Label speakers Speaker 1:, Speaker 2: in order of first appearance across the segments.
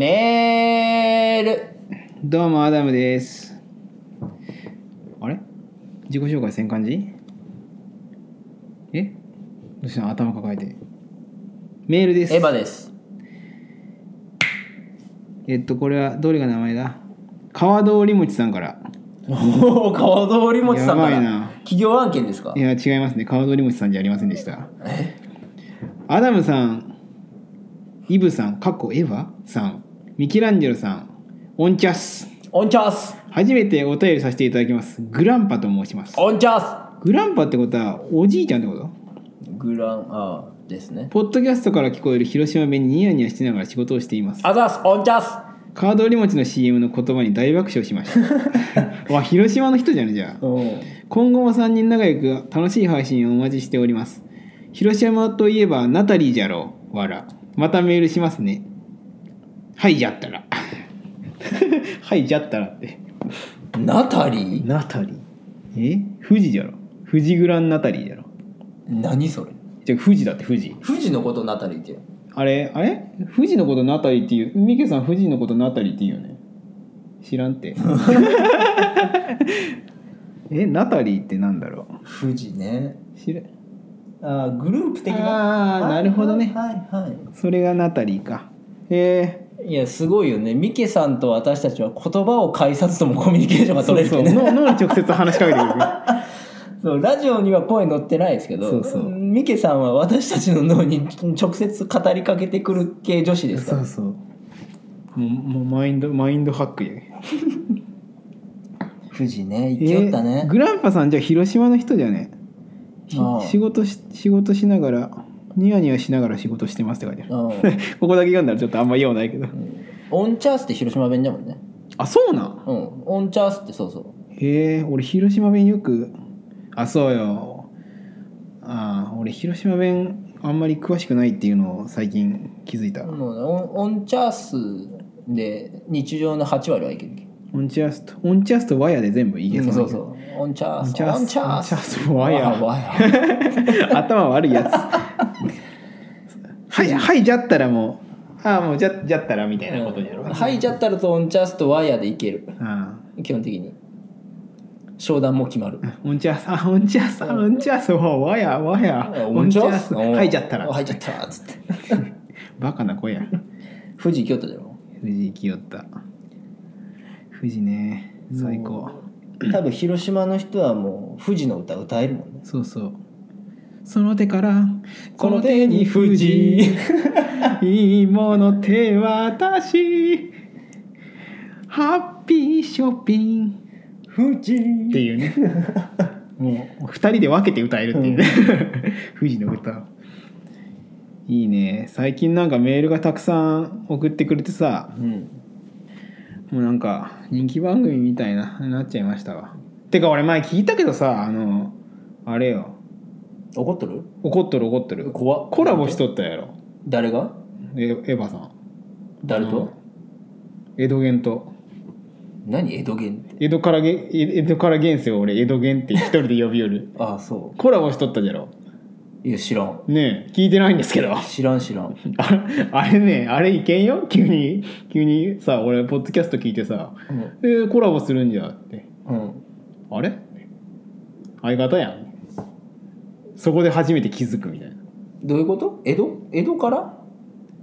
Speaker 1: メール
Speaker 2: どうもアダムですあれ自己紹介せん感じえどうしたの頭抱えてメールです
Speaker 1: エヴァです
Speaker 2: えっとこれはどれが名前だ川通りもちさんから
Speaker 1: おお川通りもちさんか
Speaker 2: やばい
Speaker 1: ら
Speaker 2: な
Speaker 1: 企業案件ですか
Speaker 2: いや違いますね川通りもちさんじゃありませんでしたアダムさんイブさんかっこエヴァさんミキランジェロさんオンチャス
Speaker 1: オンチャース
Speaker 2: 初めてお便りさせていただきますグランパと申します
Speaker 1: オンチャー
Speaker 2: グランパってことはおじいちゃんってこと
Speaker 1: スグランアーですね
Speaker 2: ポッドキャストから聞こえる広島弁にニヤニヤしながら仕事をしています
Speaker 1: あざっすオンチャース
Speaker 2: カードリモチの CM の言葉に大爆笑しました わ広島の人じゃねじゃあ
Speaker 1: う
Speaker 2: 今後も3人仲良く楽しい配信をお待ちしております広島といえばナタリーじゃろうわらまたメールしますねはいじゃったら はいじゃったらって
Speaker 1: んナタリー
Speaker 2: ナタリーえ富士じゃろ富士グランナタリーじゃろ
Speaker 1: 何それ
Speaker 2: じゃあ富士だって富士
Speaker 1: 富士のことナタリーって言う
Speaker 2: あれあれ富士のことナタリーっていうミケさん富士のことナタリーって言うよね知らんって えナタリーってなんだろ
Speaker 1: 富士ね
Speaker 2: う知ら
Speaker 1: あーグループ的
Speaker 2: あーなるほどね
Speaker 1: はいはい
Speaker 2: それがナタリーかえ
Speaker 1: いやすごいよねミケさんと私たちは言葉を介さずともコミュニケーション
Speaker 2: ー、
Speaker 1: が取れるって
Speaker 2: そ
Speaker 1: いうう
Speaker 2: そ
Speaker 1: ね
Speaker 2: う脳脳に直接話しかけてく
Speaker 1: そうラジオには声乗ってないですけど
Speaker 2: そうそう
Speaker 1: ミケさんは私たちの脳に直接語りかけてくる系女子で
Speaker 2: る
Speaker 1: すか
Speaker 2: そ
Speaker 1: ら
Speaker 2: うそうもうもうマインドマインドハックや
Speaker 1: 富士ね行きよった
Speaker 2: えー
Speaker 1: ね、
Speaker 2: グランパさんじゃあ広島の人じゃねし
Speaker 1: ああ
Speaker 2: 仕事し仕事しながらニヤニヤしながら仕事してますって書いてある
Speaker 1: うん
Speaker 2: ここだけ読んだらちょっとあんま用ないけど
Speaker 1: オンチャースって広島弁だもんね
Speaker 2: あそうなん
Speaker 1: うんオンチャースってそうそ
Speaker 2: へえ俺広島弁よくあそうよあー俺広島弁あんまり詳しくないっていうのを最近気づいた、
Speaker 1: うもうねオンオンチャースで日常の8割はいけるけ
Speaker 2: オンチャストオンチャストワヤで全部いけ
Speaker 1: うん
Speaker 2: そ
Speaker 1: そう
Speaker 2: う
Speaker 1: そうオンチャー
Speaker 2: オン
Speaker 1: ス
Speaker 2: チャス
Speaker 1: オンチャース
Speaker 2: オンチャスワヤ
Speaker 1: わや
Speaker 2: 頭悪いやつはいはいじゃったらもうああもうじゃじゃったらみたいなことじゃろ、
Speaker 1: ハイジャッタルとオンチャースとワイヤーでいける
Speaker 2: あ
Speaker 1: 基本的に商談も決まる
Speaker 2: あオンチャスあオンチャスあオンチャスワヤワヤオンチャス
Speaker 1: うん
Speaker 2: はいじゃったら
Speaker 1: はいじゃったらつって
Speaker 2: バカな子や
Speaker 1: 富士京都だよ
Speaker 2: 富士行きよった富士ね最高
Speaker 1: 多分広島の人はもう富士の歌歌えるもんね
Speaker 2: そうそうその手から
Speaker 1: この手に富 士
Speaker 2: 芋の手渡しハッピーショッピン
Speaker 1: 富士
Speaker 2: っていう ねもう2人で分けて歌えるっていうね、富士の歌いいね最近なんかメールがたくさん送ってくれてさ
Speaker 1: うん
Speaker 2: もうなんか人気番組みたいななっちゃいましたわてか俺前聞いたけどさあのあれよ
Speaker 1: 怒っとる
Speaker 2: 怒っとる怒っとる
Speaker 1: 怖っ
Speaker 2: コラボしとったやろ
Speaker 1: 誰が
Speaker 2: えエヴァさん
Speaker 1: 誰
Speaker 2: あ
Speaker 1: と
Speaker 2: の江戸源と
Speaker 1: 何江戸源って
Speaker 2: 江戸からげ江戸から現世を俺江戸源って一人で呼びよる
Speaker 1: ああそ
Speaker 2: コラボしとったじゃろ
Speaker 1: ういや知らん
Speaker 2: ねえ聞いてないんですけど あ
Speaker 1: 知らん知らん
Speaker 2: あれねあれいけんよ急に急にさ俺ポッドキャスト聞いてさ「えーコラボするんじゃ」って
Speaker 1: うん、うん、
Speaker 2: あれ相方やんそこで初めて気づくみたいな
Speaker 1: どういうこと江戸江戸から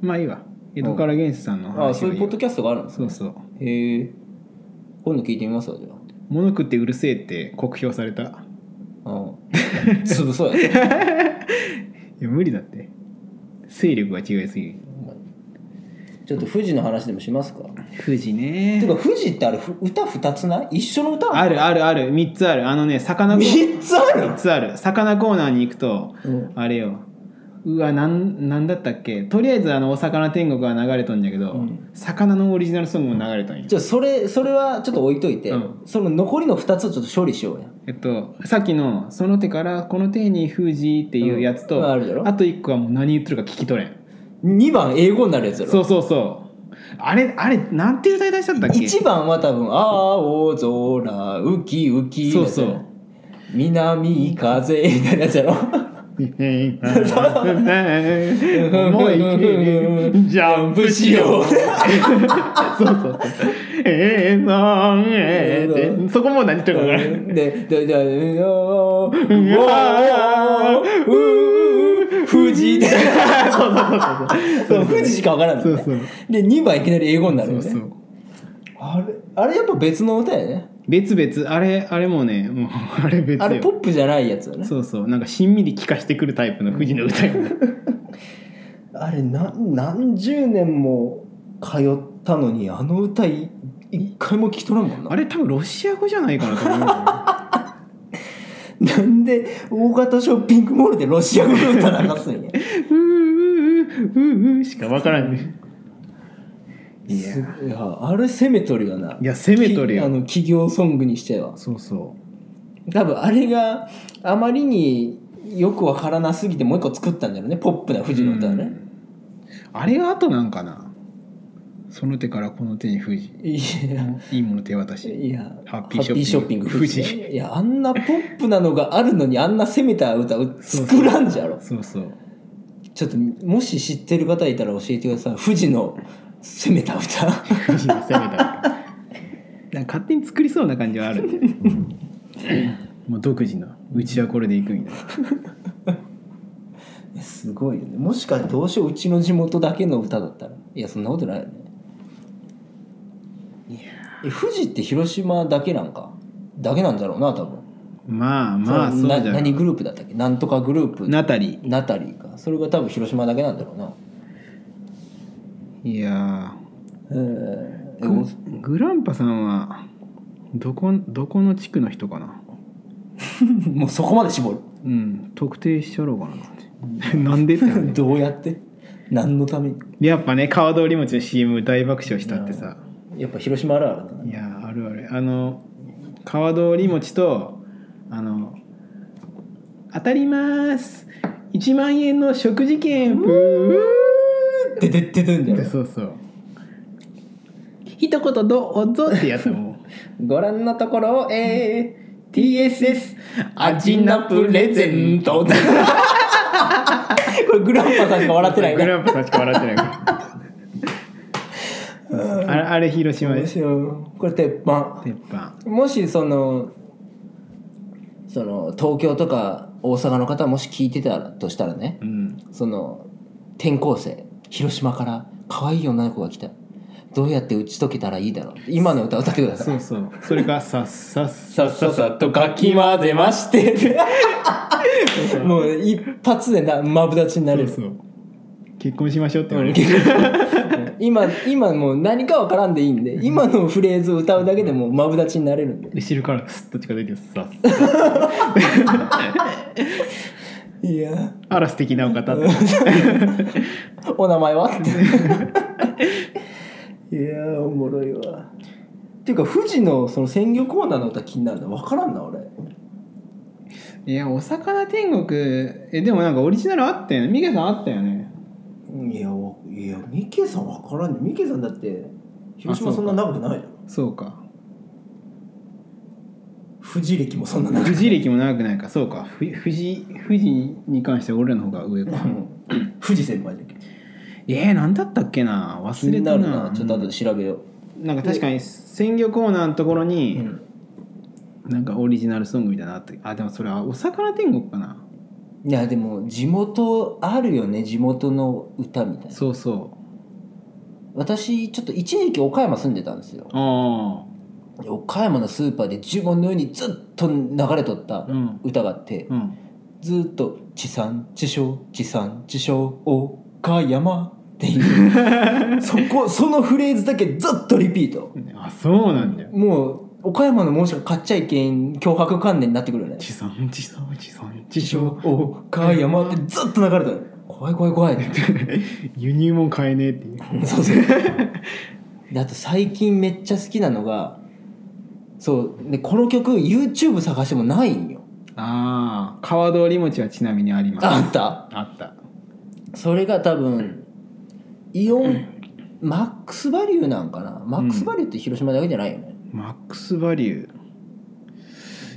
Speaker 2: まあいいわ江戸から源氏さんの話
Speaker 1: ああそう
Speaker 2: はいいうわ
Speaker 1: ポッドキャストがあるんです
Speaker 2: そ
Speaker 1: ね
Speaker 2: うそう
Speaker 1: へえ今度聞いてみますわじゃ
Speaker 2: 「物食ってうるせえ」って酷評された
Speaker 1: あうん 潰そうや
Speaker 2: いや無理だって勢力が違いすぎる
Speaker 1: ちょっと富士の話でもしますか
Speaker 2: 富士ね
Speaker 1: てか富士ってあれふ歌二つない一緒の歌
Speaker 2: あるあるある3つあるあのね魚コー
Speaker 1: 三つある
Speaker 2: 3つある魚コーナーに行くと、
Speaker 1: うん
Speaker 2: あれようわなんなんだったっけとりあえずあの「お魚天国」は流れとんじゃけど、
Speaker 1: うん
Speaker 2: 魚のオリジナルソングも流れとんよ
Speaker 1: じゃあそれそれはちょっと置いといて、
Speaker 2: うん
Speaker 1: その残りの二つをちょっと処理しようや
Speaker 2: えっと、さっきの「その手からこの手に封じ」っていうやつと、
Speaker 1: うんあるだろ
Speaker 2: と一個はもう何言ってるか聞き取れん
Speaker 1: 2番英語になるやつや
Speaker 2: そ
Speaker 1: ろ
Speaker 2: うそうそうあれあれなんて歌い出しだったっけ
Speaker 1: 1番は多分「青空ウキウキ」
Speaker 2: そうそう
Speaker 1: 南風みたいなやつやろ
Speaker 2: 思い 切りジャンプしよう。そうそうそう。ええぞんええって。そこもう何言ってるか分からん。
Speaker 1: で、で、で、うおー、
Speaker 2: う
Speaker 1: う
Speaker 2: わ
Speaker 1: おー、うー、富士って。
Speaker 2: そうそうそうそう。
Speaker 1: 富士しかわからんの
Speaker 2: そう
Speaker 1: ね
Speaker 2: そう。
Speaker 1: で、2番いきなり英語になる
Speaker 2: そ
Speaker 1: よ
Speaker 2: うそ
Speaker 1: ね。
Speaker 2: う。
Speaker 1: あれ、あれやっぱ別の歌やね。
Speaker 2: 別々、あれ、あれもね、もう、あれ別よ。
Speaker 1: あれポップじゃないやつだね。
Speaker 2: そうそう。なんかしんみり聞かしてくるタイプの富士の歌やな。
Speaker 1: あれな何十年も通ったのにあの歌い一回も聞き取らんもんな
Speaker 2: あれ多分ロシア語じゃないかなと思うよ。
Speaker 1: なんで大型ショッピングモールでロシア語の歌流すんや
Speaker 2: ううううううしか分からんね。いや
Speaker 1: すいやあれ攻めとるよない
Speaker 2: や攻めとるよ
Speaker 1: きあの企業ソングにしては
Speaker 2: そうそ
Speaker 1: 多分あれがあまりによくわからなすぎてもう一個作ったんだよねポップな
Speaker 2: う。
Speaker 1: 富士の歌を
Speaker 2: う
Speaker 1: ね
Speaker 2: んあれが後なんかな。その手からこの手に富士。
Speaker 1: いや
Speaker 2: いいもの手渡し。
Speaker 1: いや
Speaker 2: ハッピーショッピング
Speaker 1: 富士
Speaker 2: 富
Speaker 1: いやあんなポップなのがあるのにあんな攻めた歌を作らんじゃろ
Speaker 2: そうそう。
Speaker 1: ちょっともし知ってる方いたら教えてください富士の攻めた歌
Speaker 2: 富士の攻めた歌。なんか勝手に作りそうな感じはあるんだよね。もう独自の。うちはこれでいくみたいな。
Speaker 1: すごいよねもしかしてどうしよううちの地元だけの歌だったらいやそんなことないよねえ富士って広島だけなんかだけなんだろうな多分
Speaker 2: まあまあ、
Speaker 1: そ
Speaker 2: そう
Speaker 1: の
Speaker 2: じゃ
Speaker 1: な
Speaker 2: な
Speaker 1: 何グループだったっけなんとかグループ
Speaker 2: ナタリ
Speaker 1: ナタリーかそれが多分広島だけなんだろうな
Speaker 2: ー。いや
Speaker 1: えーえ
Speaker 2: ー
Speaker 1: お
Speaker 2: ググランパさんは、どこ、どこの地区の人かな。
Speaker 1: もうそこまで絞る
Speaker 2: うん、特定しちゃろうかなって。 なんでって 話
Speaker 1: どうやって何のために
Speaker 2: やっぱね、川通り餅の CM 大爆笑したってさ。
Speaker 1: やっぱ広島あるあるだない
Speaker 2: やー、あるある。あの、川通り餅と、あの、当たります。1万円の食事券。ふ ー
Speaker 1: ででっててんだ
Speaker 2: って
Speaker 1: よ
Speaker 2: そうそう。一言どうぞってやつ も。
Speaker 1: ご覧のところを、えー、TSS アジナプレゼント これグランパさんしか笑ってない
Speaker 2: グ
Speaker 1: ね
Speaker 2: ランパさんしか笑ってない から。あれ、あれ広島です。
Speaker 1: これ鉄板
Speaker 2: 鉄板。
Speaker 1: もしそのその東京とか大阪の方もし聞いてたとしたらね
Speaker 2: うん。
Speaker 1: その転校生広島から可愛い女の子が来たどうやって打ち解けたらいいだろう今の歌歌ってくださ
Speaker 2: そ
Speaker 1: いう
Speaker 2: そう。それがさっさっさ
Speaker 1: さっさっさっとかき混ぜまして もう一発でなマブダチになれる
Speaker 2: そうそう結婚しましょうって言われる、
Speaker 1: うん今今もう何かわからんでいいんで今のフレーズを歌うだけでもうマブダチになれるんで
Speaker 2: 後ろからスッと近づいてさ
Speaker 1: いや
Speaker 2: あら素敵なお方って
Speaker 1: お名前は っていやおもろいわっていうか富士のその鮮魚コーナーの歌気になるのわからんな俺
Speaker 2: いやお魚天国えでもなんかオリジナルあったよねミケさんあったよね
Speaker 1: いやわいやミケさんわからんねミケさんだって広島そんな長くないじゃん
Speaker 2: そうか
Speaker 1: 富士歴もそんな長く
Speaker 2: 富士歴も長くないかそうかふ富士富士に関しては俺らの方が上か
Speaker 1: うん富士先輩だっけ
Speaker 2: えー、何だったっけな
Speaker 1: 気
Speaker 2: 忘れ
Speaker 1: に
Speaker 2: た
Speaker 1: な
Speaker 2: な
Speaker 1: るなちょっと後で調べよ
Speaker 2: なんか確かに鮮魚コーナーのところ
Speaker 1: う、う
Speaker 2: に、
Speaker 1: ん
Speaker 2: なんかオリジナルソングみたいなのあったあでもそれはお魚天国かない
Speaker 1: やでも地元あるよね地元の歌みたいな
Speaker 2: そうそう
Speaker 1: 私ちょっと一時期岡山住んでたんですよ
Speaker 2: あ
Speaker 1: で岡山のスーパーで呪文のようにずっと流れとった
Speaker 2: あうん
Speaker 1: 歌があって、
Speaker 2: うん
Speaker 1: ずっと「地産地消地産地消岡山」っていう そこそのフレーズだけずっとリピート
Speaker 2: あそうなんだよ。
Speaker 1: もう岡山のもんしか買っちゃいけん脅迫観念になってくるよね
Speaker 2: 地産地産地産地
Speaker 1: 地消
Speaker 2: 消
Speaker 1: 岡山ってずっと流れた怖い怖い怖い
Speaker 2: 輸入も買えねえっていう。
Speaker 1: そうそうであと最近めっちゃ好きなのがそうでこの曲 YouTube 探してもないんよ
Speaker 2: ああ川通り餅はちなみにあります。
Speaker 1: あんた
Speaker 2: あった。
Speaker 1: それが多分イオンマックスバリューなんかなマックスバリューって広島だけじゃないよね、
Speaker 2: マックスバリュー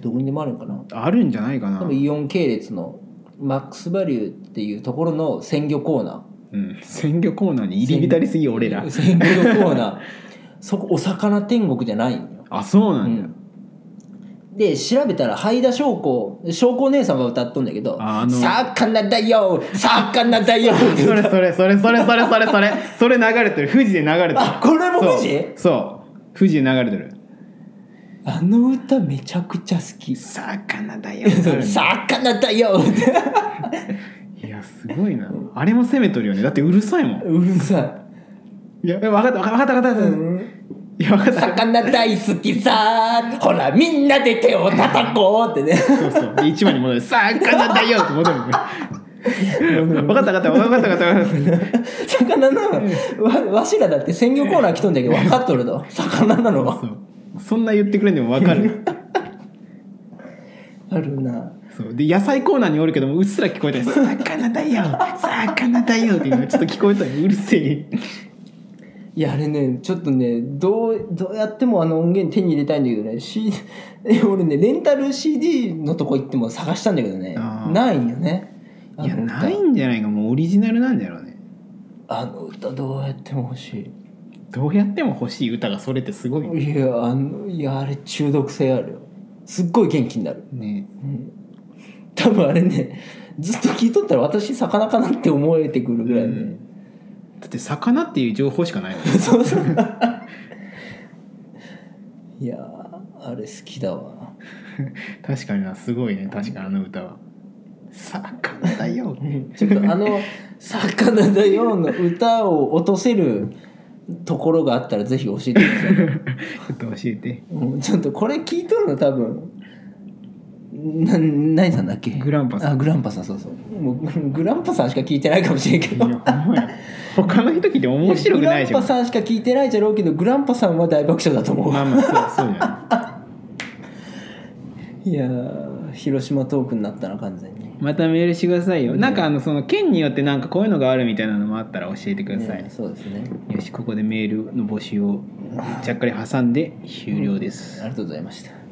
Speaker 1: どこにでもあるんかな
Speaker 2: あるんじゃないかな
Speaker 1: 多。分イオン系列のマックスバリューっていうところの鮮魚コーナ
Speaker 2: うん、鮮魚コーナーに入り浸りすぎ俺ら
Speaker 1: ー鮮魚コーナーそこお魚天国じゃないんよ
Speaker 2: あそうなんだ、
Speaker 1: で調べたら灰田翔子翔子姉さんが歌っとんだけど
Speaker 2: ああ
Speaker 1: 「
Speaker 2: の
Speaker 1: 魚だよ魚だ よ」って
Speaker 2: そ
Speaker 1: 歌
Speaker 2: れ
Speaker 1: う
Speaker 2: それそれそれそれそれそれそれ流れてる富士で流れてる
Speaker 1: あこれも富士
Speaker 2: そうそう富士で流れてる
Speaker 1: あの歌めちゃくちゃ好 き「
Speaker 2: 魚だよ
Speaker 1: 魚だよ」って
Speaker 2: いやすごいなあれも攻めとるよねだってうるさいもん
Speaker 1: うるさ
Speaker 2: いや分かった分かった分かっ
Speaker 1: い、
Speaker 2: た分かったいや分かった
Speaker 1: 魚大好きさほらみんなで手を叩こうってね
Speaker 2: そうそうで一番に戻る魚だよって戻るのね分かった分かった分かった分かった分かった
Speaker 1: 魚なのわわしらだって鮮魚コーナー来とんだけど分かっとると魚なの
Speaker 2: そうそんな言ってくれんでも分かる
Speaker 1: あるな
Speaker 2: そうで野菜コーナーにおるけどもうっすら聞こえたり「魚だよ魚だよ」っていうのがちょっと聞こえたりうるせえ
Speaker 1: いやあれねちょっとねどうどうやってもあの音源手に入れたいんだけどね、C、俺 ねレンタル CD のとこ行っても探したんだけどね
Speaker 2: あー
Speaker 1: ないんよねあ
Speaker 2: いや
Speaker 1: の歌
Speaker 2: ないんじゃないかもうオリジナルなんだろうね
Speaker 1: あの歌どうやっても欲し
Speaker 2: どうやっても欲しい歌がそれってすごい
Speaker 1: いいやあのいやあれ中毒性あるよすっごい元気になる
Speaker 2: ね
Speaker 1: うん多分あれねずっと聞いとったら私魚かなって思えてくるぐらいね、
Speaker 2: だって魚っていう情報しかないもん
Speaker 1: そうそう いやーあれ好きだわ
Speaker 2: 確かになすごいね確かにあの歌は魚だよ
Speaker 1: ちょっとあ の「魚だよ」の歌を落とせるところがあったらぜひ教えてください、
Speaker 2: ちょっと教えて
Speaker 1: うんちょっとこれ聞いとるの多分な何さんだっけ
Speaker 2: グランパさん
Speaker 1: あグランパさんそうそうもうグランパさんしか聞いてないかもしれんけ
Speaker 2: い
Speaker 1: ど
Speaker 2: やほんまや他の人聞いて面白くないじゃ
Speaker 1: グラ
Speaker 2: ん
Speaker 1: ンパさんしか聞いてないじゃろうけどグランパさんは大爆笑だと思う、
Speaker 2: まあまあそうそうじゃ
Speaker 1: いやー広島トークになったな完全に
Speaker 2: んまたメールしてくださいよなんかあのその県によってなんかこういうのがあるみたいなのもあったら教えてください、
Speaker 1: ねそうですね
Speaker 2: よしここでメールの募集をちゃっかり挟んで終了です、
Speaker 1: ありがとうございました